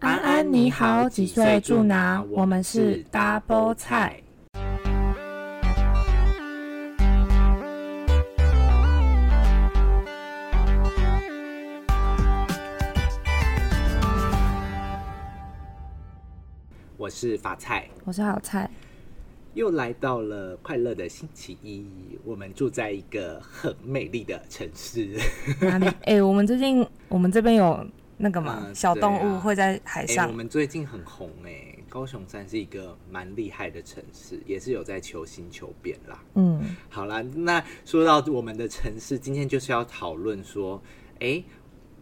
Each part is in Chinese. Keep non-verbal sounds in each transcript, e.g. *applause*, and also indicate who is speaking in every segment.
Speaker 1: 安你好，几岁住哪？我们是 Double 菜。
Speaker 2: 我是法菜，
Speaker 1: 我是好菜，
Speaker 2: 又来到了快乐的星期一。我们住在一个很美丽的城市，
Speaker 1: 哪里？ *laughs* 哎、我们最近我们这边有那个嘛、
Speaker 2: 嗯
Speaker 1: 小动
Speaker 2: 对
Speaker 1: 物
Speaker 2: 啊
Speaker 1: 会在海
Speaker 2: 哎、
Speaker 1: 上
Speaker 2: 我，们最近很红哎、高雄算是一个蛮厉害的城市，也是有在求新求变啦。
Speaker 1: 嗯，
Speaker 2: 好啦，那说到我们的城市，今天就是要讨论说，哎、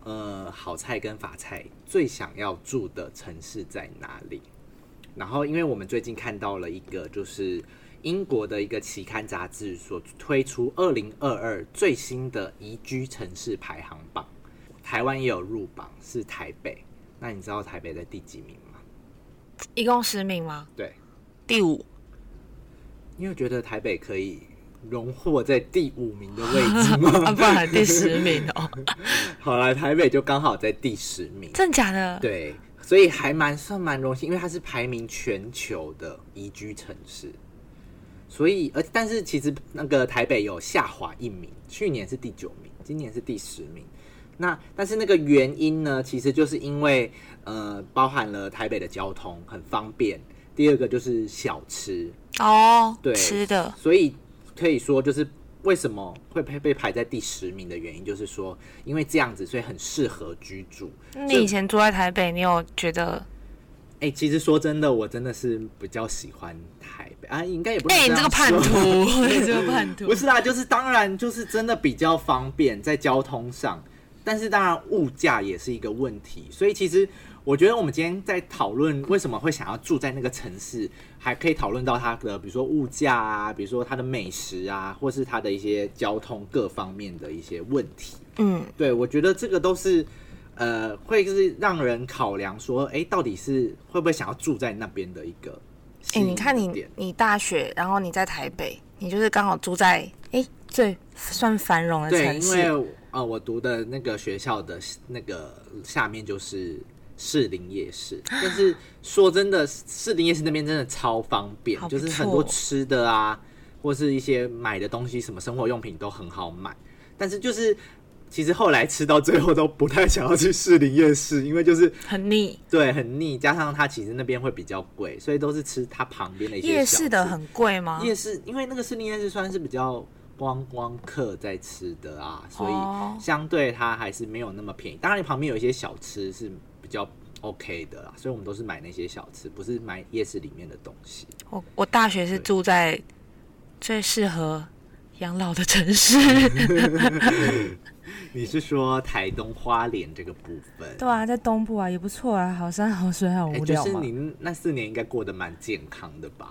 Speaker 2: 呃，好菜跟法菜最想要住的城市在哪里？然后，因为我们最近看到了一个，就是英国的一个期刊杂志所推出二零二二最新的宜居城市排行榜，台湾也有入榜，是台北。那你知道台北在第几名吗？
Speaker 3: 一共十名吗？
Speaker 2: 对，
Speaker 3: 第五，
Speaker 2: 你有觉得台北可以荣获在第五名的位置吗？
Speaker 3: 啊，不然第十名哦，
Speaker 2: 好啦，台北就刚好在第十名，
Speaker 3: 真假的？
Speaker 2: 对，所以还蛮算蛮荣幸，因为它是排名全球的宜居城市，所以而但是其实那个台北有下滑一名，去年是第九名，今年是第十名。那但是那个原因呢，其实就是因为呃，包含了台北的交通很方便，第二个就是小吃，
Speaker 3: 哦，
Speaker 2: 对
Speaker 3: 吃的，
Speaker 2: 所以可以说，就是为什么会被被排在第十名的原因，就是说，因为这样子，所以很适合居住。
Speaker 3: 你以前住在台北，你有觉得？
Speaker 2: 哎、其实说真的，我真的是比较喜欢台北啊，应该也不是。
Speaker 3: 哎、你这个叛徒，哎你这个叛徒
Speaker 2: 不，是啦，就是当然就是真的比较方便在交通上，但是当然物价也是一个问题，所以其实我觉得我们今天在讨论为什么会想要住在那个城市，还可以讨论到它的比如说物价啊，比如说它的美食啊，或是它的一些交通各方面的一些问题。
Speaker 3: 嗯，
Speaker 2: 对，我觉得这个都是，呃，会是让人考量说，哎，到底是会不会想要住在那边的一个吸
Speaker 3: 哎、
Speaker 2: 引
Speaker 3: 你
Speaker 2: 的点。
Speaker 3: 看你，你大学，然后你在台北，你就是刚好住在哎、最算繁荣的
Speaker 2: 对，
Speaker 3: 城
Speaker 2: 因
Speaker 3: 市，
Speaker 2: 为呃，我读的那个学校的那个下面就是士林夜市，
Speaker 3: *laughs*
Speaker 2: 但是说真的，士林夜市那边真的超方便
Speaker 3: 好，不
Speaker 2: 就是很多
Speaker 3: 错哦
Speaker 2: 吃的啊，或是一些买的东西，什么生活用品都很好买。但是就是，其实后来吃到最后都不太想要去士林夜市，因为就是
Speaker 3: 很腻，
Speaker 2: 对很腻，加上它其实那边会比较贵，所以都是吃它旁边的一些
Speaker 3: 夜
Speaker 2: 小
Speaker 3: 市的
Speaker 2: 吃
Speaker 3: 很贵吗？
Speaker 1: 啊
Speaker 2: 夜市，因为那个士林夜市算是比较观光客在吃的啊，所
Speaker 3: 哦
Speaker 2: 以相对它还是没有那么便宜。当然，旁边有一些小吃是比较 OK 的啦，所以我们都是买那些小吃，不是买夜市里面的东西。
Speaker 3: 我我大学是住在最适合养老的城
Speaker 2: *laughs*
Speaker 3: 市，
Speaker 2: 你是说台东花莲这个部分？
Speaker 1: 对啊，在东部啊也不错啊，好山好水好
Speaker 2: 哎、
Speaker 1: 无
Speaker 2: 就
Speaker 1: 聊
Speaker 2: 是
Speaker 1: 嘛。哎、
Speaker 2: 你那四年应该过得蛮健康的吧？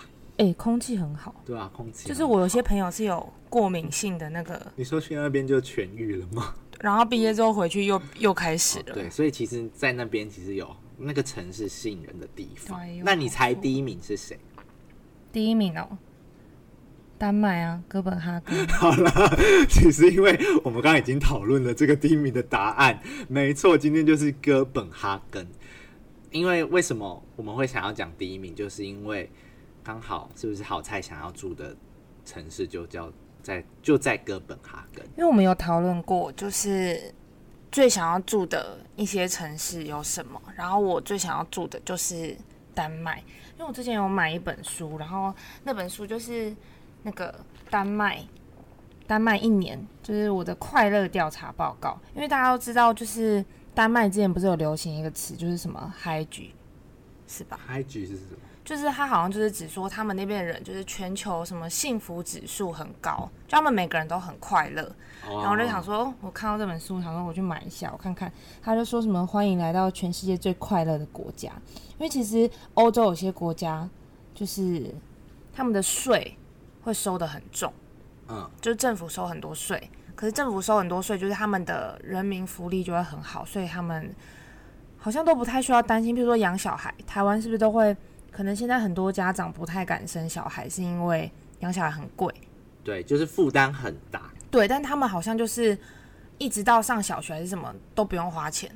Speaker 1: 空气很好，
Speaker 2: 对啊，空气
Speaker 1: 就是
Speaker 2: 很
Speaker 1: 我有些朋友是有过敏性的那个，
Speaker 2: 你说去那边就痊愈了吗？
Speaker 1: 然后毕业之后回去又又开始了。
Speaker 2: 哦对，所以其实，在那边其实有那个城市吸引人的地方
Speaker 1: 对。有
Speaker 2: 那你
Speaker 1: 好
Speaker 2: 猜
Speaker 1: 处
Speaker 2: 第一名是谁？
Speaker 1: 第一名哦，丹麦啊，哥本哈根。
Speaker 2: 好了，其实因为我们刚刚已经讨论了这个第一名的答案，没错，今天就是哥本哈根。因为为什么我们会想要讲第一名，就是因为刚好是不是好菜想要住的城市就叫在就在哥本哈根。
Speaker 1: 因为我们有讨论过，就是最想要住的一些城市有什么，然后我最想要住的就是丹麦，因为我之前有买一本书，然后那本书就是那个丹麦。丹麦一年就是我的快乐调查报告，因为大家都知道，就是丹麦之前不是有流行一个词，就是什么 high 局，是吧？
Speaker 2: 开局是什么？
Speaker 1: 就是他好像就是指说他们那边的人就是全球什么幸福指数很高，就他们每个人都很快乐，然后我就想说，哦我看到这本书，想说我去买一下，我看看。他就说什么欢迎来到全世界最快乐的国家，因为其实欧洲有些国家就是他们的税会收得很重，
Speaker 2: 嗯，
Speaker 1: 就是政府收很多税，可是政府收很多税，就是他们的人民福利就会很好，所以他们好像都不太需要担心，譬如说养小孩，台湾是不是都会？可能现在很多家长不太敢生小孩，是因为养小孩很贵。
Speaker 2: 对，就是负担很大。
Speaker 1: 对，但他们好像就是一直到上小学还是什么都不用花钱，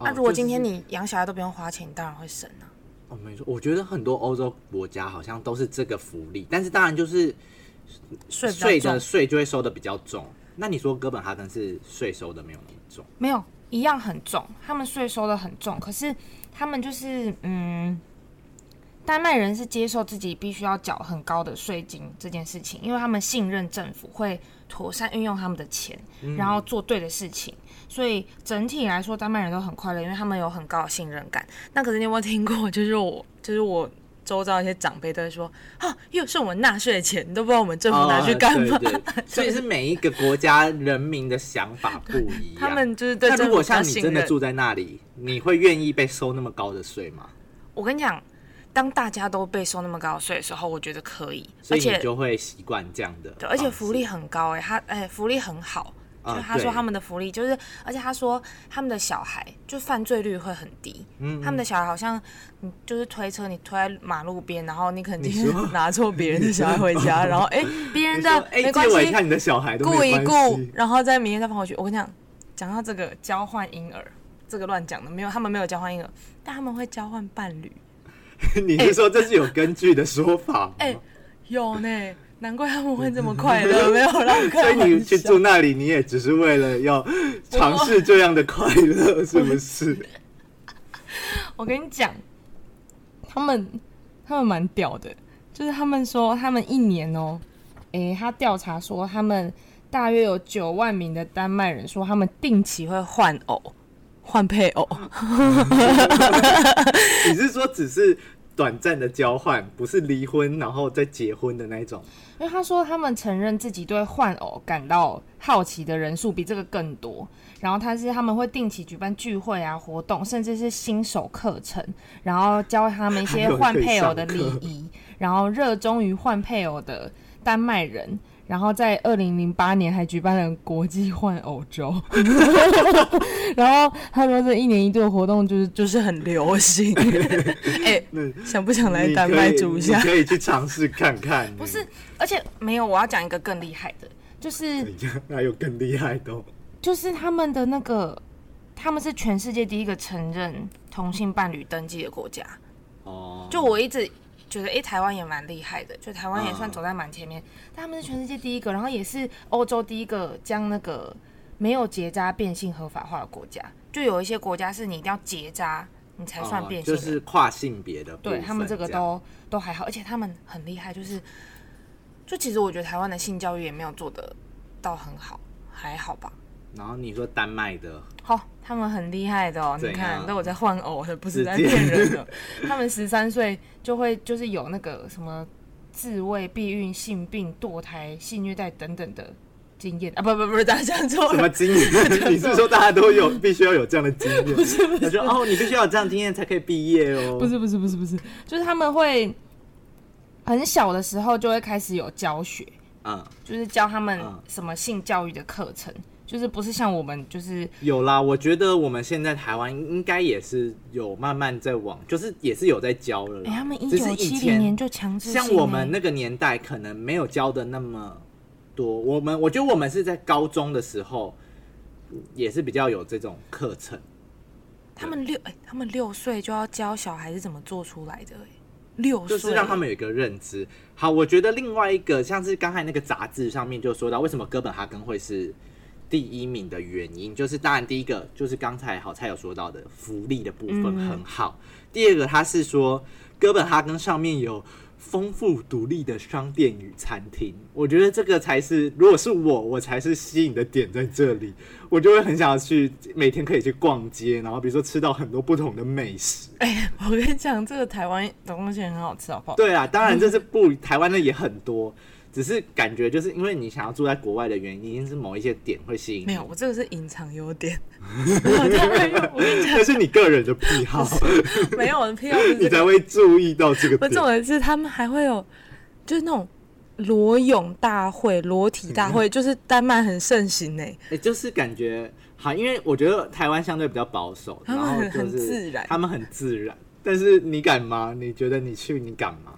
Speaker 1: 那、
Speaker 2: 哦
Speaker 1: 如果
Speaker 2: 就是
Speaker 1: 今天你养小孩都不用花钱，你当然会省啊。
Speaker 2: 哦，没错，我觉得很多欧洲国家好像都是这个福利，但是当然就是
Speaker 1: 税比较
Speaker 2: 税的
Speaker 1: 重
Speaker 2: 税就会收的比较重。那你说哥本哈根是税收的没有那么重？
Speaker 1: 没有一样很重，他们税收的很重，可是他们就是嗯，丹麦人是接受自己必须要缴很高的税金这件事情，因为他们信任政府会妥善运用他们的钱，
Speaker 2: 嗯
Speaker 1: 然后做对的事情，所以整体来说丹麦人都很快乐，因为他们有很高的信任感。那可是你有没有听过？就是我，就是我。周遭一些长辈都会说：“啊，又是我们纳税的钱，你都不知道我们政府拿去
Speaker 2: 哦
Speaker 1: 干嘛。
Speaker 2: 对对所以是每一个国家人民的想法不一样。
Speaker 1: 他们就是对
Speaker 2: 那
Speaker 1: 政
Speaker 2: 如
Speaker 1: 府
Speaker 2: 果
Speaker 1: 比较
Speaker 2: 像你
Speaker 1: 信
Speaker 2: 真
Speaker 1: 任。
Speaker 2: 的住在那里，你会愿意被收那么高的税吗？
Speaker 1: 我跟你讲，当大家都被收那么高的税的时候，我觉得可以，
Speaker 2: 所
Speaker 1: 而
Speaker 2: 以你
Speaker 1: 且
Speaker 2: 就会习惯这样的方式。
Speaker 1: 对而且福利很高哎、他哎、福利很好，就
Speaker 2: 啊
Speaker 1: 是他说
Speaker 2: 对
Speaker 1: 他们的福利就是，而且他说他们的小孩就犯罪率会很低，
Speaker 2: 嗯，
Speaker 1: 他们的小孩好像你就是推车你推在马路边，然后你肯定
Speaker 2: 你说
Speaker 1: *laughs* 拿错别人的小孩回家，然后哎别、人
Speaker 2: 你
Speaker 1: 的
Speaker 2: 说哎，
Speaker 1: 没
Speaker 2: 借
Speaker 1: 关
Speaker 2: 我一下
Speaker 1: 系，
Speaker 2: 你的小孩都
Speaker 1: 顾
Speaker 2: 没
Speaker 1: 一
Speaker 2: 关
Speaker 1: 顾
Speaker 2: 系，
Speaker 1: 然后再明天再放回去。我跟你讲，讲到这个交换婴儿，这个乱讲的没有，他们没有交换婴儿，但他们会交换伴侣。
Speaker 2: *laughs* 你是说这是有根据的说法吗？
Speaker 1: 哎、有呢，难怪他们会这么快乐，没有让
Speaker 2: 所
Speaker 1: 开
Speaker 2: 以你
Speaker 1: 玩
Speaker 2: 去
Speaker 1: 笑。
Speaker 2: 住那里，你也只是为了要尝试这样的快乐，是不是？
Speaker 1: 我跟你讲，他们他们蛮屌的，就是他们说他们一年哦、诶、他调查说他们大约有九万名的丹麦人说他们定期会换偶。换配偶，
Speaker 2: 你是说只是短暂的交换，不是离婚然后再结婚的那种？
Speaker 1: 因为他说他们承认自己对换偶感到好奇的人数比这个更多。然后他是他们会定期举办聚会啊、活动，甚至是新手课程，然后教他们一些换配偶的礼仪，然后热衷于换配偶的丹麦人。然后在二零零八年还举办了国际换偶 *laughs* 周，然后他说这一年一度的活动就是就是很流行， *laughs* 哎、想不想来
Speaker 2: 你
Speaker 1: 丹麦
Speaker 2: 可以
Speaker 1: 住一下
Speaker 2: 你？可以去尝试看看。
Speaker 1: 不是，而且没有，我要讲一个更厉害的，就是
Speaker 2: 你，那有更厉害的哦。
Speaker 1: 就是他们的那个，他们是全世界第一个承认同性伴侣登记的国家。
Speaker 2: 哦，
Speaker 1: 就我一直觉得，诶，台湾也蛮厉害的，就台湾也算
Speaker 2: 嗯
Speaker 1: 走在蛮前面，但他们是全世界第一个，然后也是欧洲第一个将那个没有结扎变性合法化的国家。就有一些国家是你一定要结扎，你才算
Speaker 2: 哦
Speaker 1: 变性
Speaker 2: 就
Speaker 1: 的
Speaker 2: 是跨性别的部分，
Speaker 1: 对他们这个
Speaker 2: 样
Speaker 1: 都都还好，而且他们很厉害，就是就其实我觉得台湾的性教育也没有做的到很好，还好吧。
Speaker 2: 然后你说丹麦
Speaker 1: *laughs*
Speaker 2: 的，
Speaker 1: 好，他们很厉害的哦，你
Speaker 2: 怎
Speaker 1: 看
Speaker 2: 样
Speaker 1: 都有在换偶的，不是
Speaker 2: 直
Speaker 1: 在
Speaker 2: 接
Speaker 1: 骗人
Speaker 2: *laughs*
Speaker 1: 的。他们十三岁就会就是有那个什么自慰、避孕、性病、堕胎、性虐待等等的经验啊，不不不是，大家讲错
Speaker 2: 什么
Speaker 1: 了，
Speaker 2: 经验？你是说大家都有必须要有这样的经验？不是不是，他说哦，你必须要有这样的经验才可以毕业哦。
Speaker 1: 不是不是不是不是，就是他们会很小的时候就会开始有教学，
Speaker 2: 嗯，
Speaker 1: 就是教他们
Speaker 2: 嗯
Speaker 1: 什么性教育的课程，就是不是像我们就是
Speaker 2: 有啦，我觉得我们现在台湾应该也是有慢慢在往，就是也是有在教了啦。
Speaker 1: 哎、他们一
Speaker 2: 只是
Speaker 1: 九
Speaker 2: 以
Speaker 1: 七零
Speaker 2: 前
Speaker 1: 年就强制性
Speaker 2: 像
Speaker 1: 欸
Speaker 2: 我们那个年代，可能没有教的那么多。我们我觉得我们是在高中的时候，也是比较有这种课程。
Speaker 1: 他们六哎、他们六岁就要教小孩是怎么做出来的、哎，六岁
Speaker 2: 就是让他们有一个认知。好，我觉得另外一个像是刚才那个杂志上面就说到，为什么哥本哈根会是第一名的原因，就是当然第一个就是刚才好菜有说到的福利的部分很好，第二个他是说哥本哈根上面有。丰富独立的商店与餐厅，我觉得这个才是，如果是我，我才是吸引的点在这里，我就会很想要去，每天可以去逛街，然后比如说吃到很多不同的美食。
Speaker 1: 哎我跟你讲，这个台湾的东西很好吃，好不好？
Speaker 2: 对啊，当然这是不台湾的也很多，只是感觉就是因为你想要住在国外的原因，一定是某一些点会吸引
Speaker 1: 没
Speaker 2: 你 *laughs*
Speaker 1: 有，，我这个是隐藏优点。 *laughs* 我当然有我跟你
Speaker 2: 那是你个人的癖好，
Speaker 1: *laughs* 讲，没有我的癖好不是
Speaker 2: 你
Speaker 1: 这
Speaker 2: 才
Speaker 1: 个，
Speaker 2: 会注意到这
Speaker 1: 我
Speaker 2: 个
Speaker 1: 重
Speaker 2: 点。
Speaker 1: 点是他们还会有就是那种裸泳大会、裸体大
Speaker 2: *laughs*
Speaker 1: 会，就是丹麦很盛行呢、
Speaker 2: 欸、就是感觉好，因为我觉得台湾相对比较保守，
Speaker 1: 他
Speaker 2: 然
Speaker 1: 们
Speaker 2: 后
Speaker 1: 很
Speaker 2: 就是
Speaker 1: 很自然
Speaker 2: 他们很自然。但是你敢吗？你觉得你去你敢吗？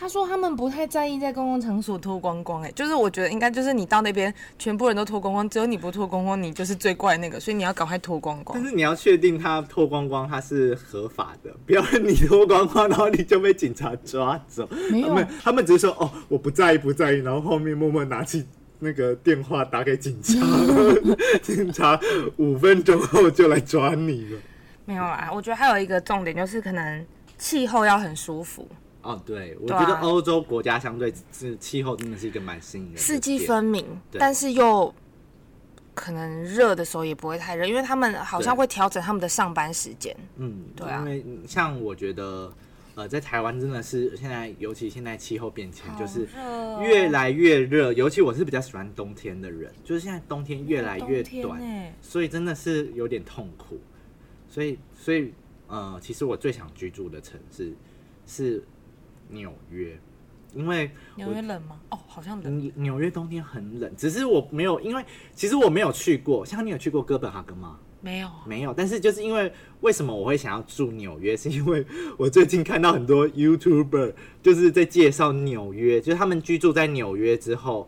Speaker 1: 他说他们不太在意在公共场所脱光光、欸，哎，就是我觉得应该就是你到那边，全部人都脱光光，只有你不脱光光，你就是最怪那个，所以你要赶快脱光光
Speaker 2: 但。是你要确定他脱光光，他是合法的，不要你脱光光，然后你就被警察抓走。
Speaker 1: 没有
Speaker 2: 他们他们只是说哦，我不在意，不在意，然后后面默默拿起那个电话打给警
Speaker 1: *laughs*
Speaker 2: 察，警察五分钟后就来抓你了。
Speaker 1: 没有啦，我觉得还有一个重点就是可能气候要很舒服，
Speaker 2: 哦，对，我
Speaker 1: 对啊
Speaker 2: 觉得欧洲国家相对是气候真的是一个蛮吸引人的
Speaker 1: 四季
Speaker 2: 点
Speaker 1: 分明，
Speaker 2: 对
Speaker 1: 但是又可能热的时候也不会太热，因为他们好像
Speaker 2: 对
Speaker 1: 会调整他们的上班时间。
Speaker 2: 嗯，
Speaker 1: 对啊
Speaker 2: 因为嗯像我觉得，呃，在台湾真的是现在，尤其现在气候变迁，就是
Speaker 1: 哦
Speaker 2: 越来越热。尤其我是比较喜欢冬天的人，就是现在冬天越来越
Speaker 1: 哦
Speaker 2: 短，
Speaker 1: 欸
Speaker 2: 所以真的是有点痛苦。所以，所以，呃，其实我最想居住的城市是纽约，因为
Speaker 1: 纽约冷吗？哦，好像冷。
Speaker 2: 纽纽约冬天很冷。只是我没有，因为其实我没有去过。像你有去过哥本哈根吗？
Speaker 1: 没有，
Speaker 2: 没有，但是就是因为为什么我会想要住纽约，是因为我最近看到很多 YouTuber 就是在介绍纽约，就是他们居住在纽约之后，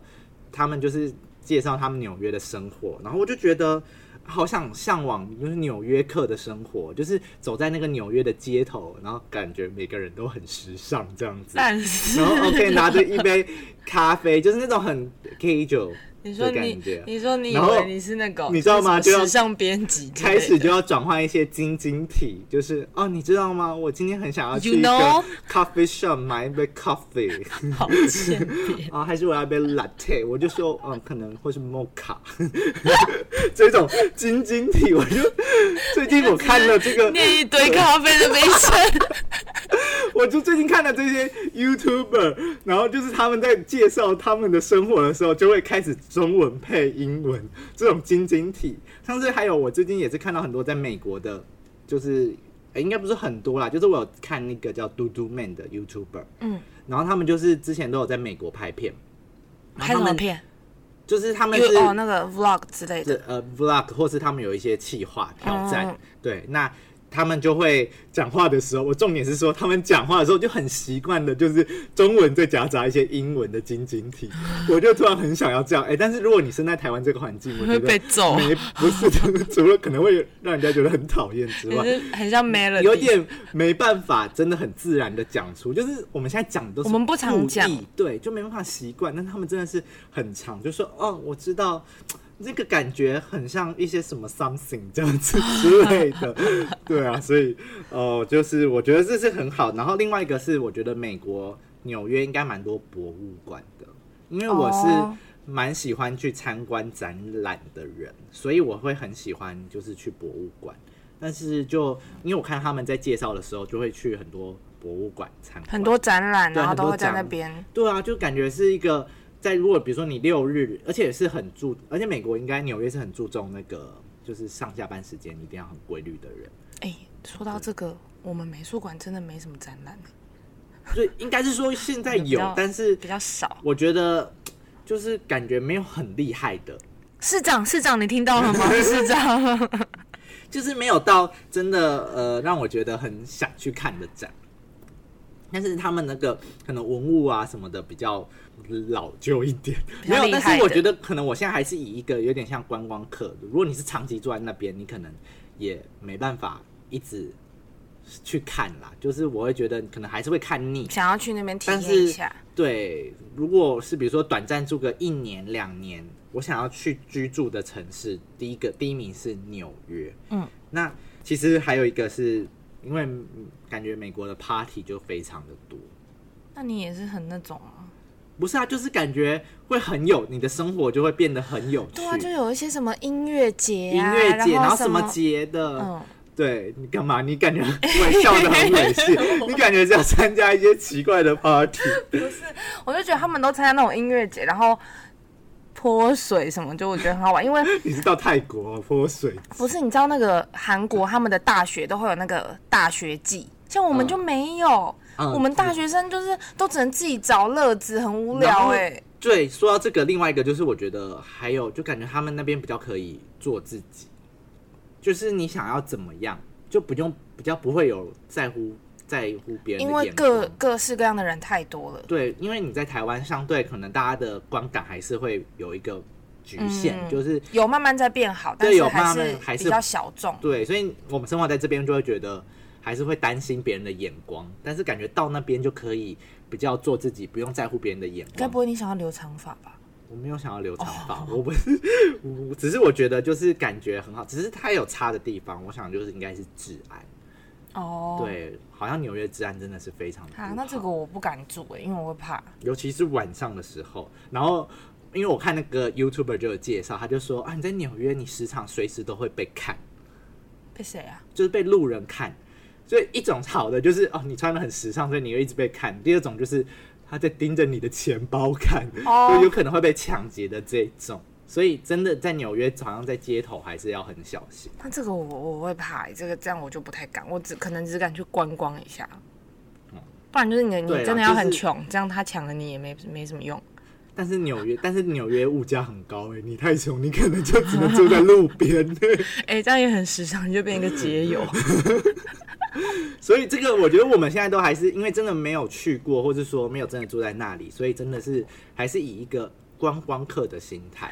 Speaker 2: 他们就是介绍他们纽约的生活，然后我就觉得好想向往就是纽约客的生活，就是走在那个纽约的街头，然后感觉每个人都很时尚这样子，
Speaker 1: 但是
Speaker 2: 然后 OK 拿着一杯咖啡，就是那种很 casual
Speaker 1: 你说
Speaker 2: 的
Speaker 1: 你
Speaker 2: 感觉，。啊
Speaker 1: 你说你以
Speaker 2: 然后
Speaker 1: 为你是那个，
Speaker 2: 你知道吗
Speaker 1: 就是什么
Speaker 2: 就要
Speaker 1: 时尚编辑之类
Speaker 2: 开
Speaker 1: 的
Speaker 2: 始就要转换一些晶晶体，就是哦，你知道吗？我今天很想要去
Speaker 1: You
Speaker 2: 一个
Speaker 1: know?
Speaker 2: coffee shop 买一杯
Speaker 1: *laughs*
Speaker 2: coffee
Speaker 1: 好欠
Speaker 2: *laughs*
Speaker 1: 扁。
Speaker 2: 啊，还是我要一杯 latte，我就说嗯，可能会是 mocha，这种晶晶体，我就最近我看了这个，
Speaker 1: 念一堆咖啡的杯 *laughs* 声，
Speaker 2: *laughs* 我就最近看了这些 YouTuber，然后就是他们在介绍他们的生活的时候，就会开始中文配英文这种晶晶体。上次还有我最近也是看到很多在美国的，就是、诶应该不是很多啦，就是我有看那个叫嘟嘟 man 的 YouTuber，
Speaker 1: 嗯，
Speaker 2: 然后他们就是之前都有在美国拍片，然
Speaker 1: 拍什
Speaker 2: 后他
Speaker 1: 么
Speaker 2: 们
Speaker 1: 片？
Speaker 2: 就是他们
Speaker 1: 因
Speaker 2: 是
Speaker 1: 为哦，那个 vlog 之类的。
Speaker 2: 这呃 vlog 或是他们有一些企划挑战，
Speaker 1: 嗯
Speaker 2: 对，那他们就会讲话的时候，我重点是说他们讲话的时候就很习惯的，就是中文再夹杂一些英文的晶晶体，我就突然很想要这样，哎、但是如果你身在台湾这个环境，我觉
Speaker 1: 会
Speaker 2: 得
Speaker 1: 被揍
Speaker 2: 没不是，就是除了可能会让人家觉得很讨厌之
Speaker 1: 也
Speaker 2: 外。
Speaker 1: 是很像 melody，
Speaker 2: 有点没办法，真的很自然的讲出，就是我们现在讲的都是
Speaker 1: 我们不常
Speaker 2: 故意
Speaker 1: 讲
Speaker 2: 对，就没办法习惯。但他们真的是很长，就说哦，我知道那个感觉很像一些什么 something 这样子之类
Speaker 1: *laughs*
Speaker 2: 的，对啊，所以哦、呃就是我觉得这是很好。然后另外一个是，我觉得美国纽约应该蛮多博物馆的，因为我
Speaker 1: 哦
Speaker 2: 是蛮喜欢去参观展览的人，所以我会很喜欢就是去博物馆。但是就因为我看他们在介绍的时候，就会去很多博物馆参观，
Speaker 1: 很多展览，
Speaker 2: 对
Speaker 1: 然后
Speaker 2: 很
Speaker 1: 都
Speaker 2: 多
Speaker 1: 会在
Speaker 2: 展
Speaker 1: 那边。
Speaker 2: 对啊，就感觉是一个在如果比如说你六日，而且是很注，而且美国应该纽约是很注重那个就是上下班时间一定要很规律的人，
Speaker 1: 哎，说到这个，我们美术馆真的没什么展览，
Speaker 2: 所以应该是说现在
Speaker 1: 比较
Speaker 2: 有，但是
Speaker 1: 比较少。
Speaker 2: 我觉得就是感觉没有很厉害的，
Speaker 1: 市长，市长，你听到了吗？
Speaker 2: *laughs*
Speaker 1: 市长， *laughs*
Speaker 2: 就是没有到真的呃让我觉得很想去看的展。但是他们那个可能文物啊什么的比较老旧一点，
Speaker 1: 比
Speaker 2: 没
Speaker 1: 较
Speaker 2: 有。
Speaker 1: 厉
Speaker 2: 但
Speaker 1: 害
Speaker 2: 是我
Speaker 1: 的
Speaker 2: 觉得可能我现在还是以一个有点像观光客，如果你是长期坐在那边，你可能也没办法一直去看啦。就是我会觉得可能还是会看腻，
Speaker 1: 想要去那边体
Speaker 2: 但
Speaker 1: 验一
Speaker 2: 是
Speaker 1: 下。
Speaker 2: 对，如果是比如说短暂住个一年两年，我想要去居住的城市，第一个第一名是纽约。
Speaker 1: 嗯，
Speaker 2: 那其实还有一个是因为嗯感觉美国的 party 就非常的多，
Speaker 1: 那你也是很那种啊？
Speaker 2: 不是啊，就是感觉会很有你的生活就会变得很有趣。
Speaker 1: 对啊，就有一些什么音乐节
Speaker 2: 音
Speaker 1: 啊，
Speaker 2: 乐节，然后
Speaker 1: 什
Speaker 2: 什么节的，
Speaker 1: 嗯，
Speaker 2: 对你干嘛？你感觉我笑得很猥
Speaker 1: *laughs*
Speaker 2: 亵，你感觉是要参加一些奇怪的 party。
Speaker 1: 我就觉得他们都参加那种音乐节，然后泼水什么，就我觉得很好玩，因为
Speaker 2: 你是到泰国啊泼水
Speaker 1: 不是，你知道那个韩国他们的大学都会有那个大学季，像我们就没有，
Speaker 2: 嗯
Speaker 1: 我们大学生就是都只能自己找乐子，很无
Speaker 2: 然
Speaker 1: 聊
Speaker 2: 后
Speaker 1: 哎、
Speaker 2: 对，说到这个，另外一个就是我觉得还有，就感觉他们那边比较可以做自己，就是你想要怎么样，就不用比较不会有在乎在乎别人
Speaker 1: 因
Speaker 2: 的
Speaker 1: 为
Speaker 2: 眼
Speaker 1: 各
Speaker 2: 光。
Speaker 1: 各式各样的人太多了，
Speaker 2: 对，因为你在台湾相对可能大家的观感还是会有一个局限，
Speaker 1: 嗯
Speaker 2: 就是
Speaker 1: 有慢慢在变好，但
Speaker 2: 对
Speaker 1: 是
Speaker 2: 有慢
Speaker 1: 还
Speaker 2: 慢
Speaker 1: 是
Speaker 2: 还是
Speaker 1: 比较小众。
Speaker 2: 对，所以我们生活在这边就会觉得还是会担心别人的眼光，但是感觉到那边就可以比较做自己，不用在乎别人的眼
Speaker 1: 该
Speaker 2: 光
Speaker 1: 不。会你想要留长发吧？
Speaker 2: 我没有想要留长
Speaker 1: 哦
Speaker 2: 发，我不是，我只是我觉得就是感觉很好，只是它有差的地方，我想就是应该是治安。
Speaker 1: 哦，，
Speaker 2: 对，好像纽约治安真的是非常的不好。
Speaker 1: 啊，那这个我不敢住哎、因为我会怕。
Speaker 2: 尤其是晚上的时候，然后因为我看那个 YouTuber 就有介绍，他就说啊，你在纽约，你时常随时都会被看，
Speaker 1: 被谁啊？
Speaker 2: 就是被路人看。所以一种好的就是哦，你穿的很时尚，所以你会一直被看；第二种就是他在盯着你的钱包看，
Speaker 1: 哦
Speaker 2: 就有可能会被抢劫的这一种。所以真的在纽约，好像在街头还是要很小心。
Speaker 1: 那这个我我会怕、欸，这个这样我就不太敢，我只可能只敢去观光一下
Speaker 2: 嗯。
Speaker 1: 不然就是你的你
Speaker 2: 对啦
Speaker 1: 真的要很
Speaker 2: 就是
Speaker 1: 穷，这样他抢了你也没没什么用。
Speaker 2: 但是纽约，但是纽约物价很高诶、你太穷，你可能就只能住在路边、
Speaker 1: 哎、这样也很时尚，你就变一个街友。
Speaker 2: *laughs* 所以这个我觉得我们现在都还是因为真的没有去过，或是说没有真的住在那里，所以真的是还是以一个观光客的心态。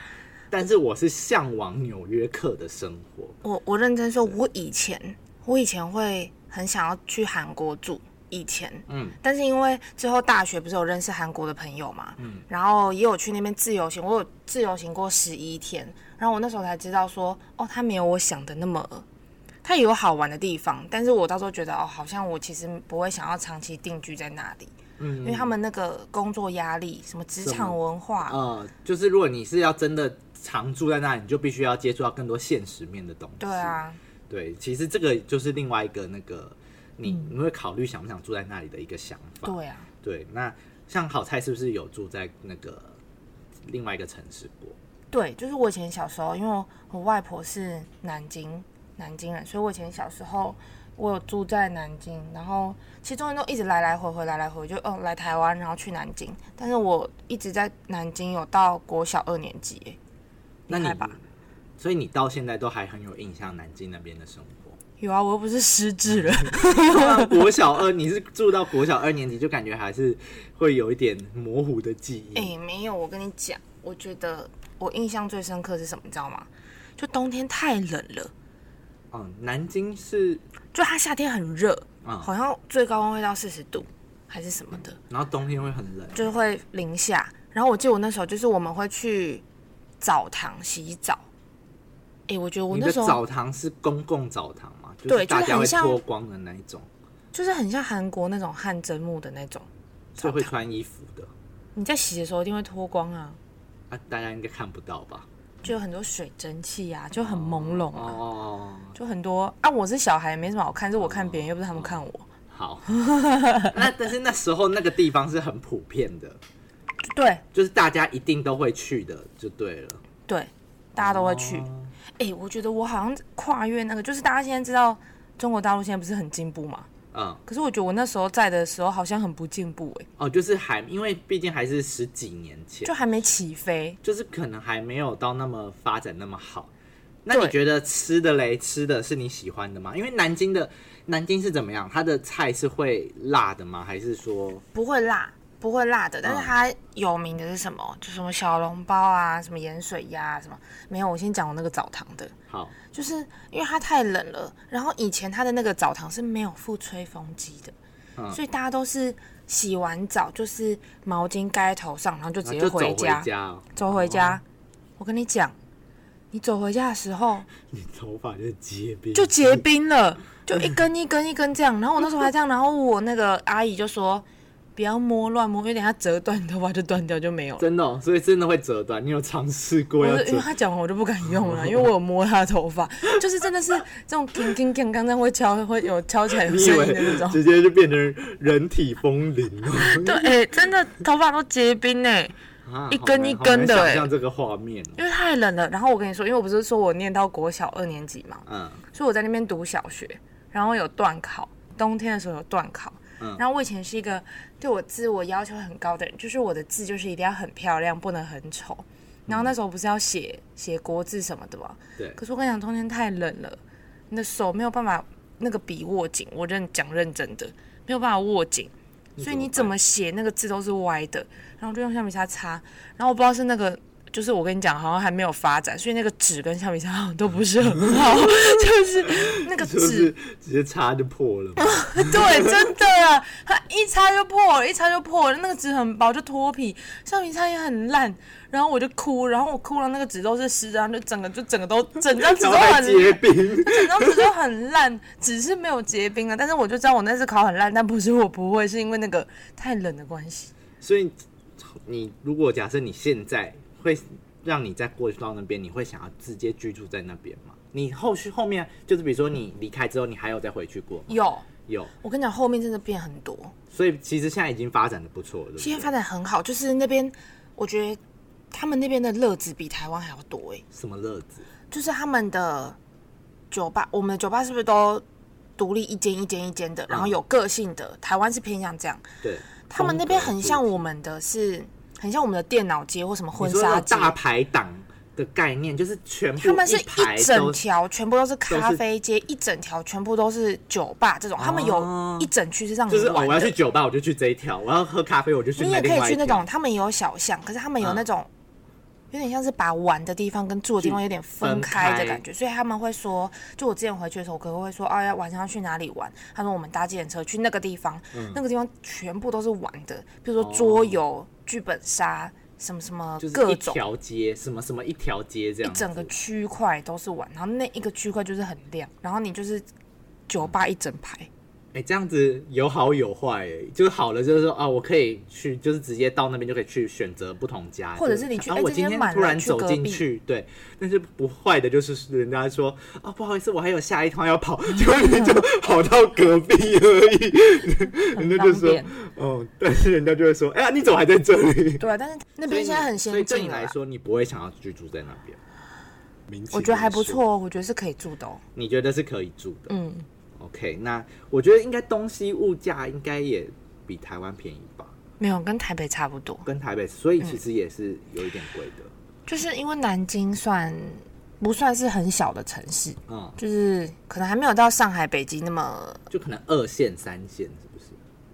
Speaker 2: 但是我是向往纽约客的生活，
Speaker 1: 我我认真说，我以前我以前会很想要去韩国住，以前，
Speaker 2: 嗯，
Speaker 1: 但是因为之后大学不是有认识韩国的朋友嘛，
Speaker 2: 嗯，
Speaker 1: 然后也有去那边自由行，我有自由行过十一天，然后我那时候才知道说，哦，它没有我想的那么，它也有好玩的地方，但是我到时候觉得，哦，好像我其实不会想要长期定居在那里，
Speaker 2: 嗯
Speaker 1: 因为他们那个工作压力，什么职
Speaker 2: 什么
Speaker 1: 场文化，
Speaker 2: 呃，就是如果你是要真的常住在那里，你就必须要接触到更多现实面的东西。
Speaker 1: 对，啊，
Speaker 2: 对，其实这个就是另外一个那个你、你会考虑想不想住在那里的一个想法。
Speaker 1: 嗯对啊，
Speaker 2: 对，那像好菜是不是有住在那个另外一个城市过？
Speaker 1: 对，就是我以前小时候，因为我我外婆是南京南京人，所以我以前小时候我有住在南京，然后其实中间都一直来来回回，来来回回就哦来台湾，然后去南京，但是我一直在南京有到国小二年级耶，
Speaker 2: 那
Speaker 1: 厉
Speaker 2: 你
Speaker 1: 害吧？
Speaker 2: 所以你到现在都还很有印象南京那边的生活。啊
Speaker 1: 有啊，我又不是失智了，
Speaker 2: 国小二，你是住到国小二年级，就感觉还是会有一点模糊的记忆。
Speaker 1: 哎、没有，我跟你讲，我觉得我印象最深刻是什么，你知道吗？就冬天太冷了，
Speaker 2: 嗯，南京是，
Speaker 1: 就它夏天很热，
Speaker 2: 嗯，
Speaker 1: 好像最高温会到四十度还是什么的，
Speaker 2: 然后冬天会很冷。
Speaker 1: 就是会零下。然后我记得我那时候就是我们会去澡堂洗澡。诶，我觉得我
Speaker 2: 你
Speaker 1: 那
Speaker 2: 的
Speaker 1: 时候
Speaker 2: 澡堂是公共澡堂嘛？就
Speaker 1: 对
Speaker 2: 是
Speaker 1: 就
Speaker 2: 大
Speaker 1: 是
Speaker 2: 家
Speaker 1: 很
Speaker 2: 会
Speaker 1: 像
Speaker 2: 脱光的那一种，
Speaker 1: 就是很像韩国那种汗蒸木的那种，
Speaker 2: 就会穿衣服的。
Speaker 1: 你在洗的时候一定会脱光啊，
Speaker 2: 啊，大家应该看不到吧？
Speaker 1: 就有很多水蒸气啊，就很朦胧啊，
Speaker 2: 哦，
Speaker 1: 就很多啊。我是小孩，没什么好看，是我看别人，又不是他们看我。
Speaker 2: 好。 *laughs* 那但是那时候那个地方是很普遍的，
Speaker 1: 对
Speaker 2: 就是大家一定都会去的，就对了。
Speaker 1: 对，大家都会去。
Speaker 2: 哦
Speaker 1: 诶，我觉得我好像跨越那个，就是大家现在知道中国大陆现在不是很进步嘛，
Speaker 2: 嗯，
Speaker 1: 可是我觉得我那时候在的时候好像很不进步、诶，
Speaker 2: 哦，就是还因为毕竟还是十几年前，
Speaker 1: 就还没起飞。
Speaker 2: 就是可能还没有到那么发展那么好。那你
Speaker 1: 对
Speaker 2: 觉得吃的嘞，吃的是你喜欢的吗？因为南京的南京是怎么样？它的菜是会辣的吗？还是说
Speaker 1: 不会辣，不会辣的。但是
Speaker 2: 嗯
Speaker 1: 它有名的是什么？就什么小笼包啊，什么盐水鸭、啊、什么？没有，我先讲我那个澡堂的，
Speaker 2: 好
Speaker 1: 就是因为它太冷了，然后以前它的那个澡堂是没有附吹风机的，
Speaker 2: 嗯
Speaker 1: 所以大家都是洗完澡就是毛巾盖在头上，然后就直
Speaker 2: 啊
Speaker 1: 接
Speaker 2: 就走回
Speaker 1: 家，
Speaker 2: 家哦？
Speaker 1: 走回家。我跟你讲，你走回家的时候
Speaker 2: 你头发就结冰，
Speaker 1: 就结冰了，就一根一根一根这样。然后我那时候还这样，然后我那个阿姨就说不要摸乱摸，因为等下折断你头发就断掉就没有了。
Speaker 2: 真的哦、所以真的会折断。你有尝试过
Speaker 1: 不
Speaker 2: 要
Speaker 1: 是因为 *laughs*
Speaker 2: 折？
Speaker 1: 她讲完我就不敢用了，因为我有摸她的头发，就是真的是这种叮叮叮，刚刚会敲会有敲起来有
Speaker 2: 你以
Speaker 1: 声音
Speaker 2: 为
Speaker 1: 的那种。
Speaker 2: 直接就变成人体风铃
Speaker 1: *laughs*
Speaker 2: 哦？
Speaker 1: 对，哎、真的头发都结冰哎、
Speaker 2: 啊
Speaker 1: 一根
Speaker 2: 好难
Speaker 1: 一根的
Speaker 2: 好难
Speaker 1: 欸
Speaker 2: 想象这个画面哦。
Speaker 1: 因为太冷了。然后我跟你说，因为我不是说我念到国小二年级嘛，
Speaker 2: 嗯，
Speaker 1: 所以我在那边读小学，然后有断考，冬天的时候有断考。
Speaker 2: 嗯
Speaker 1: 然后我以前是一个对我自我要求很高的人，就是我的字就是一定要很漂亮，不能很丑。然后那时候不是要写写国字什么的嘛，
Speaker 2: 对。
Speaker 1: 可是我跟你讲，冬天太冷了，你的手没有办法那个笔握紧，我认讲认真的，没有办法握紧，所以你怎么写那个字都是歪的，然后就用橡皮擦擦，然后我不知道是那个。就是我跟你讲，好像还没有发展，所以那个纸跟橡皮擦好像都不是很好， *laughs* 就是那个纸
Speaker 2: 就 *laughs* 是，直接擦就破
Speaker 1: *laughs*
Speaker 2: 了嘛。
Speaker 1: 对，真的啊，它一擦就破了，一擦就破了，那个纸很薄就脱皮，橡皮擦也很烂，然后我就哭，然后我哭了，那个纸都是湿的，然后就整个就整个都整
Speaker 2: *laughs*
Speaker 1: 张纸
Speaker 2: 然
Speaker 1: 都
Speaker 2: 后还
Speaker 1: 很
Speaker 2: 结冰， *laughs*
Speaker 1: 整张纸都很烂，只是没有结冰了。但是我就知道我那次考很烂，但不是我不会，是因为那个太冷的关系。
Speaker 2: 所以你如果假设你现在会让你再过去到那边，你会想要直接居住在那边吗？你后续后面就是比如说你离开之后，你还有再回去过吗？
Speaker 1: 有，
Speaker 2: 有，
Speaker 1: 我跟你讲，后面真的变很多，
Speaker 2: 所以其实现在已经发展的不错了。对不对
Speaker 1: 现在发展很好，就是那边我觉得他们那边的乐子比台湾还要多哎、
Speaker 2: 什么乐子？
Speaker 1: 就是他们的酒吧，我们的酒吧是不是都独立一间一间一间
Speaker 2: 嗯
Speaker 1: 的，然后有个性的？台湾是偏向这样，
Speaker 2: 对，
Speaker 1: 他们那边很像
Speaker 2: 风格
Speaker 1: 我们的是，很像我们的电脑街或什么
Speaker 2: 不
Speaker 1: 婚
Speaker 2: 一样。你
Speaker 1: 纱
Speaker 2: 说那种
Speaker 1: 街。
Speaker 2: 大排档的概念，就是全部
Speaker 1: 他们是
Speaker 2: 排
Speaker 1: 一整
Speaker 2: 都
Speaker 1: 条全部都是咖
Speaker 2: 是
Speaker 1: 啡街，一整条全部都是酒吧这种，他们有
Speaker 2: 哦
Speaker 1: 一整区是让你
Speaker 2: 就是哦，
Speaker 1: 玩
Speaker 2: 我要
Speaker 1: 的。
Speaker 2: 去酒吧，我就去这一条；我要喝咖啡，我就去
Speaker 1: 你
Speaker 2: 那
Speaker 1: 也可
Speaker 2: 另
Speaker 1: 以
Speaker 2: 外一
Speaker 1: 去那
Speaker 2: 条
Speaker 1: 种，他们也有小巷，可是他们有
Speaker 2: 嗯
Speaker 1: 那种、有点像是把玩的地方跟住的地方有点分开的感觉，所以他们会说，就我之前回去的时候，我哥哥会说，哦、啊，要晚上要去哪里玩？他说我们搭计程车去那个地方，
Speaker 2: 嗯
Speaker 1: 那个地方全部都是玩的，比如说桌游、剧本杀什么什么
Speaker 2: 哦就是
Speaker 1: 各
Speaker 2: 一
Speaker 1: 种。
Speaker 2: 条街，什么什么一条街
Speaker 1: 一
Speaker 2: 这样子，
Speaker 1: 整个区块都是玩，然后那一个区块就是很亮，然后你就是酒吧
Speaker 2: 嗯
Speaker 1: 一整排，
Speaker 2: 哎、这样子有好有坏、哎，就是好了，就是说啊，我可以去，就是直接到那边就可以去选择不同家，
Speaker 1: 或者是你去
Speaker 2: 就
Speaker 1: 哎
Speaker 2: 啊，我
Speaker 1: 这
Speaker 2: 今
Speaker 1: 间
Speaker 2: 天
Speaker 1: 满
Speaker 2: 突
Speaker 1: 了
Speaker 2: 然
Speaker 1: 去
Speaker 2: 走
Speaker 1: 隔
Speaker 2: 进
Speaker 1: 壁
Speaker 2: 去，对，但是不坏的就是人家说啊，不好意思，我还有下一趟要跑，结果
Speaker 1: *laughs*
Speaker 2: 你就 *laughs* 跑到隔壁而已， *laughs* 人家就
Speaker 1: 很方
Speaker 2: 说
Speaker 1: 便
Speaker 2: 哦，但是人家就会说，哎、呀，你怎么还在这里？
Speaker 1: *laughs* 对啊，但是那
Speaker 2: 所以
Speaker 1: 边现在
Speaker 2: 你
Speaker 1: 很
Speaker 2: 所以
Speaker 1: 先
Speaker 2: 对你
Speaker 1: 进
Speaker 2: 来
Speaker 1: 了啦，
Speaker 2: 说，你不会想要居住在那边。名
Speaker 1: 我
Speaker 2: 其
Speaker 1: 觉得
Speaker 2: 名
Speaker 1: 还不
Speaker 2: 说
Speaker 1: 错，哦，我觉得是可以住的哦。
Speaker 2: 你觉得是可以住的。
Speaker 1: 嗯，
Speaker 2: OK，那我觉得应该东西物价应该也比台湾便宜吧，
Speaker 1: 没有跟台北差不多，
Speaker 2: 跟台北，所以其实也是有一点贵的。
Speaker 1: 就是因为南京算不算是很小的城市，
Speaker 2: 嗯，
Speaker 1: 就是可能还没有到上海、北京那么
Speaker 2: 就可能二线、三线是不是？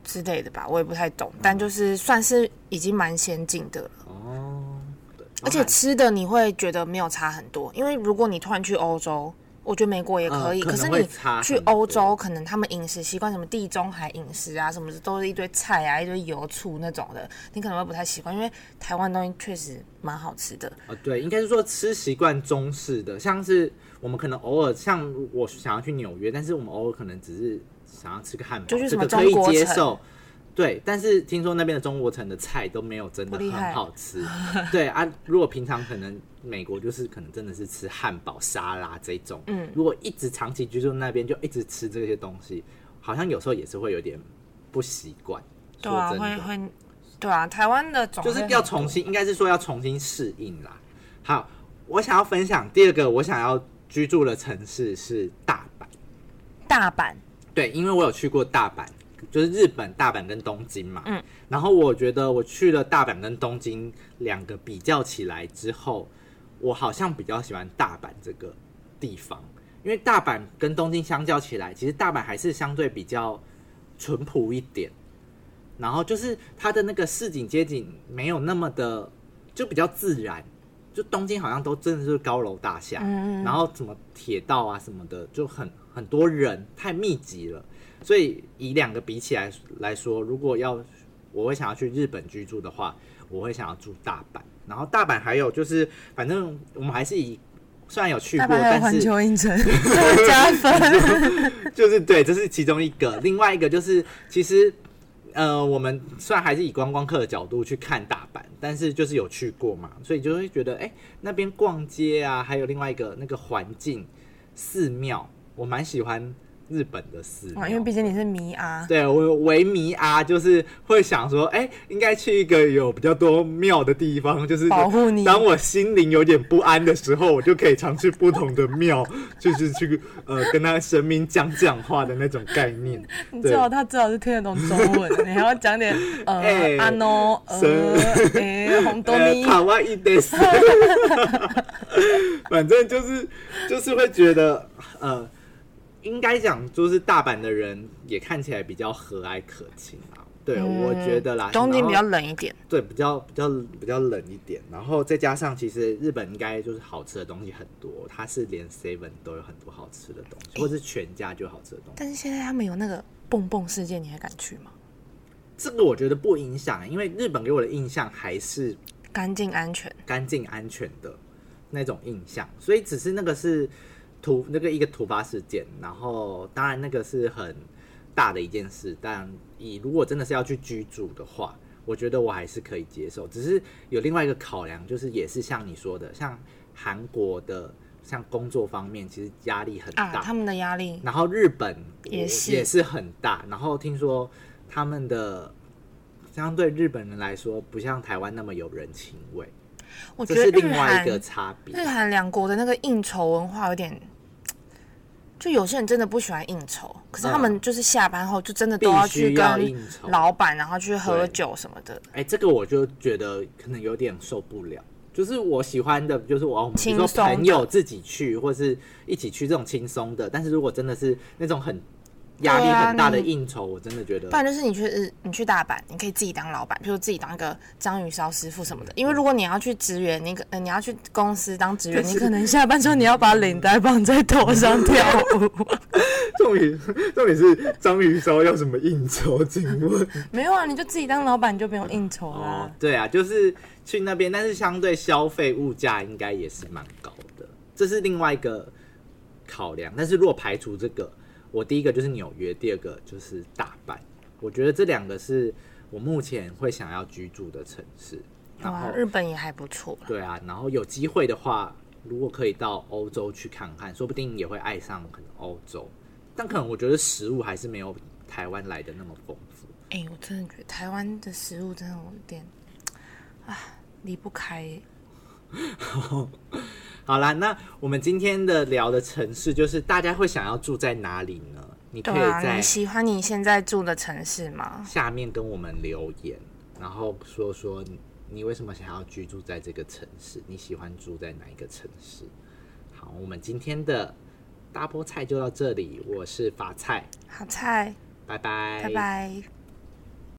Speaker 1: 之类的吧，我也不太懂，但就是算是已经蛮先进的了。
Speaker 2: 哦，对，
Speaker 1: 而且吃的你会觉得没有差很多，因为如果你突然去欧洲，我觉得美国也可以，
Speaker 2: 嗯可能
Speaker 1: 是
Speaker 2: 会
Speaker 1: 你
Speaker 2: 差
Speaker 1: 去
Speaker 2: 很多
Speaker 1: 欧洲，可能他们饮食习惯，什么地中海饮食啊，什么的都是一堆菜啊，一堆油醋那种的，你可能会不太习惯，因为台湾东西确实蛮好吃的。
Speaker 2: 呃，对，应该是说吃习惯中式的，像是我们可能偶尔像我想要去纽约，但是我们偶尔可能只是想要吃个汉堡，
Speaker 1: 就去
Speaker 2: 这
Speaker 1: 什
Speaker 2: 个
Speaker 1: 么
Speaker 2: 可以
Speaker 1: 中国
Speaker 2: 接
Speaker 1: 城
Speaker 2: 受。对，但是听说那边的中国城的菜都没有真的
Speaker 1: 不厉害
Speaker 2: 很
Speaker 1: *laughs*
Speaker 2: 好吃。对啊，如果平常可能美国就是可能真的是吃汉堡、沙拉这种，嗯，如果一直长期居住那边就一直吃这些东西，好像有时候也是会有点不习惯。
Speaker 1: 对
Speaker 2: 说
Speaker 1: 啊，
Speaker 2: 真
Speaker 1: 会
Speaker 2: 的
Speaker 1: 会，对啊，台湾的种
Speaker 2: 就是
Speaker 1: 类
Speaker 2: 要
Speaker 1: 很
Speaker 2: 重
Speaker 1: 多
Speaker 2: 新，应该是说要重新适应啦。好，我想要分享第二个，我想要居住的城市是大阪。
Speaker 1: 大阪，
Speaker 2: 对，因为我有去过大阪，就是日本大阪跟东京嘛。嗯。然后我觉得我去了大阪跟东京两个比较起来之后，我好像比较喜欢大阪这个地方，因为大阪跟东京相较起来，其实大阪还是相对比较淳朴一点。然后就是它的那个市井街景没有那么的，就比较自然。就东京好像都真的是高楼大厦，
Speaker 1: 嗯嗯嗯
Speaker 2: 然后什么铁道啊什么的，就很很多人太密集了。所以以两个比起来来说，如果要我会想要去日本居住的话，我会想要住大阪。然后大阪还有就是，反正我们还是以虽然有去
Speaker 1: 大
Speaker 2: 过，
Speaker 1: 阪还有
Speaker 2: 但
Speaker 1: 环
Speaker 2: 是 *laughs*
Speaker 1: 球影城加分， *laughs*
Speaker 2: 就是对，这是其中一个。另外一个就是，其实呃，我们虽然还是以观光客的角度去看大阪，但是就是有去过嘛，所以就会觉得，哎、那边逛街啊，还有另外一个那个环境，寺庙，我蛮喜欢日本的寺庙、
Speaker 1: 哦因为毕竟你是迷啊，
Speaker 2: 对我维迷啊，就是会想说，哎、应该去一个有比较多庙的地方，就是
Speaker 1: 保护你
Speaker 2: 当我心灵有点不安的时候，我就可以常去不同的庙，就是去呃跟他神明讲讲话的那种概念。
Speaker 1: *laughs* 你
Speaker 2: 对呃
Speaker 1: 最好他最好是听得懂中文，
Speaker 2: *laughs*
Speaker 1: 你还要讲点呃
Speaker 2: 哎
Speaker 1: 阿诺呃
Speaker 2: 神
Speaker 1: 哎红豆
Speaker 2: *laughs* 呃，
Speaker 1: 泥。
Speaker 2: 卡哇伊的斯，反正就是就是会觉得呃，应该讲就是大阪的人也看起来比较和蔼可亲啊。对，我觉
Speaker 1: *laughs*
Speaker 2: 得啦，
Speaker 1: 东嗯京比较
Speaker 2: 然后
Speaker 1: 冷一点，
Speaker 2: 对比较比较比较冷一点，然后再加上其实日本应该就是好吃的东西很多，它是连 Seven 都有很多好吃的东西，或是全家就有好吃的东西。
Speaker 1: 但是现在他们有那个蹦蹦事件，你还敢去吗？
Speaker 2: 这个我觉得不影响，因为日本给我的印象还是
Speaker 1: 干净安全，
Speaker 2: 干净安全的那种印象，所以只是那个是突那个一个突发事件，然后当然那个是很大的一件事，但以如果真的是要去居住的话，我觉得我还是可以接受，只是有另外一个考量，就是也是像你说的，像韩国的像工作方面其实压力很大，
Speaker 1: 啊，他们的压力
Speaker 2: 然后日本
Speaker 1: 也是
Speaker 2: 也是很大，然后听说他们的相对日本人来说，不像台湾那么有人情味，
Speaker 1: 我觉
Speaker 2: *laughs* 这
Speaker 1: 得
Speaker 2: 是
Speaker 1: 日
Speaker 2: 另外
Speaker 1: 韩
Speaker 2: 一个差别。
Speaker 1: 日韩两国的那个应酬文化有点，就有些人真的不喜欢应酬，可是他们就是下班后就真的都
Speaker 2: 嗯必
Speaker 1: 去
Speaker 2: 须要
Speaker 1: 跟
Speaker 2: 应酬
Speaker 1: 老板，然后去喝
Speaker 2: 对
Speaker 1: 酒什么的。
Speaker 2: 哎、这个我就觉得可能有点受不了。就是我喜欢的，就是我我哦们比如
Speaker 1: 轻
Speaker 2: 说
Speaker 1: 松的
Speaker 2: 朋友自己去，或是一起去这种轻松的。但是如果真的是那种很压力
Speaker 1: 对啊
Speaker 2: 很大的
Speaker 1: 你
Speaker 2: 应酬，我真的觉得
Speaker 1: 不然就是你去日，你去大阪，你可以自己当老板，比如自己当一个章鱼烧师傅什么的。因为如果你要去职员，你可、呃、你要去公司当职员，你可能下班之后你要把领带绑在头上跳舞。
Speaker 2: 重点重点是章鱼烧要什么应酬？请问？
Speaker 1: 没有啊，你就自己当老板，你就不用应酬啦、
Speaker 2: 哦，对啊，就是去那边，但是相对消费物价应该也是蛮高的，这是另外一个考量。但是如果排除这个，我第一个就是纽约，第二个就是大阪。我觉得这两个是我目前会想要居住的城市。然后
Speaker 1: 哇，日本也还不错啦。
Speaker 2: 哦对啊，然后有机会的话，如果可以到欧洲去看看，说不定也会爱上可能欧洲。但可能我觉得食物还是没有台湾来的那么丰富。
Speaker 1: 哎、我真的觉得台湾的食物真的我有点啊离不开耶、
Speaker 2: 好啦，那我们今天的聊的城市就是大家会想要住在哪里呢？你可
Speaker 1: 对
Speaker 2: 以
Speaker 1: 啊，
Speaker 2: 在
Speaker 1: 你喜欢你现在住的城市吗？
Speaker 2: 下面跟我们留言，然后说说你你为什么想要居住在这个城市，你喜欢住在哪一个城市？好，我们今天的大波菜就到这里，我是法菜，
Speaker 1: 好菜，
Speaker 2: 拜拜，
Speaker 1: 拜拜。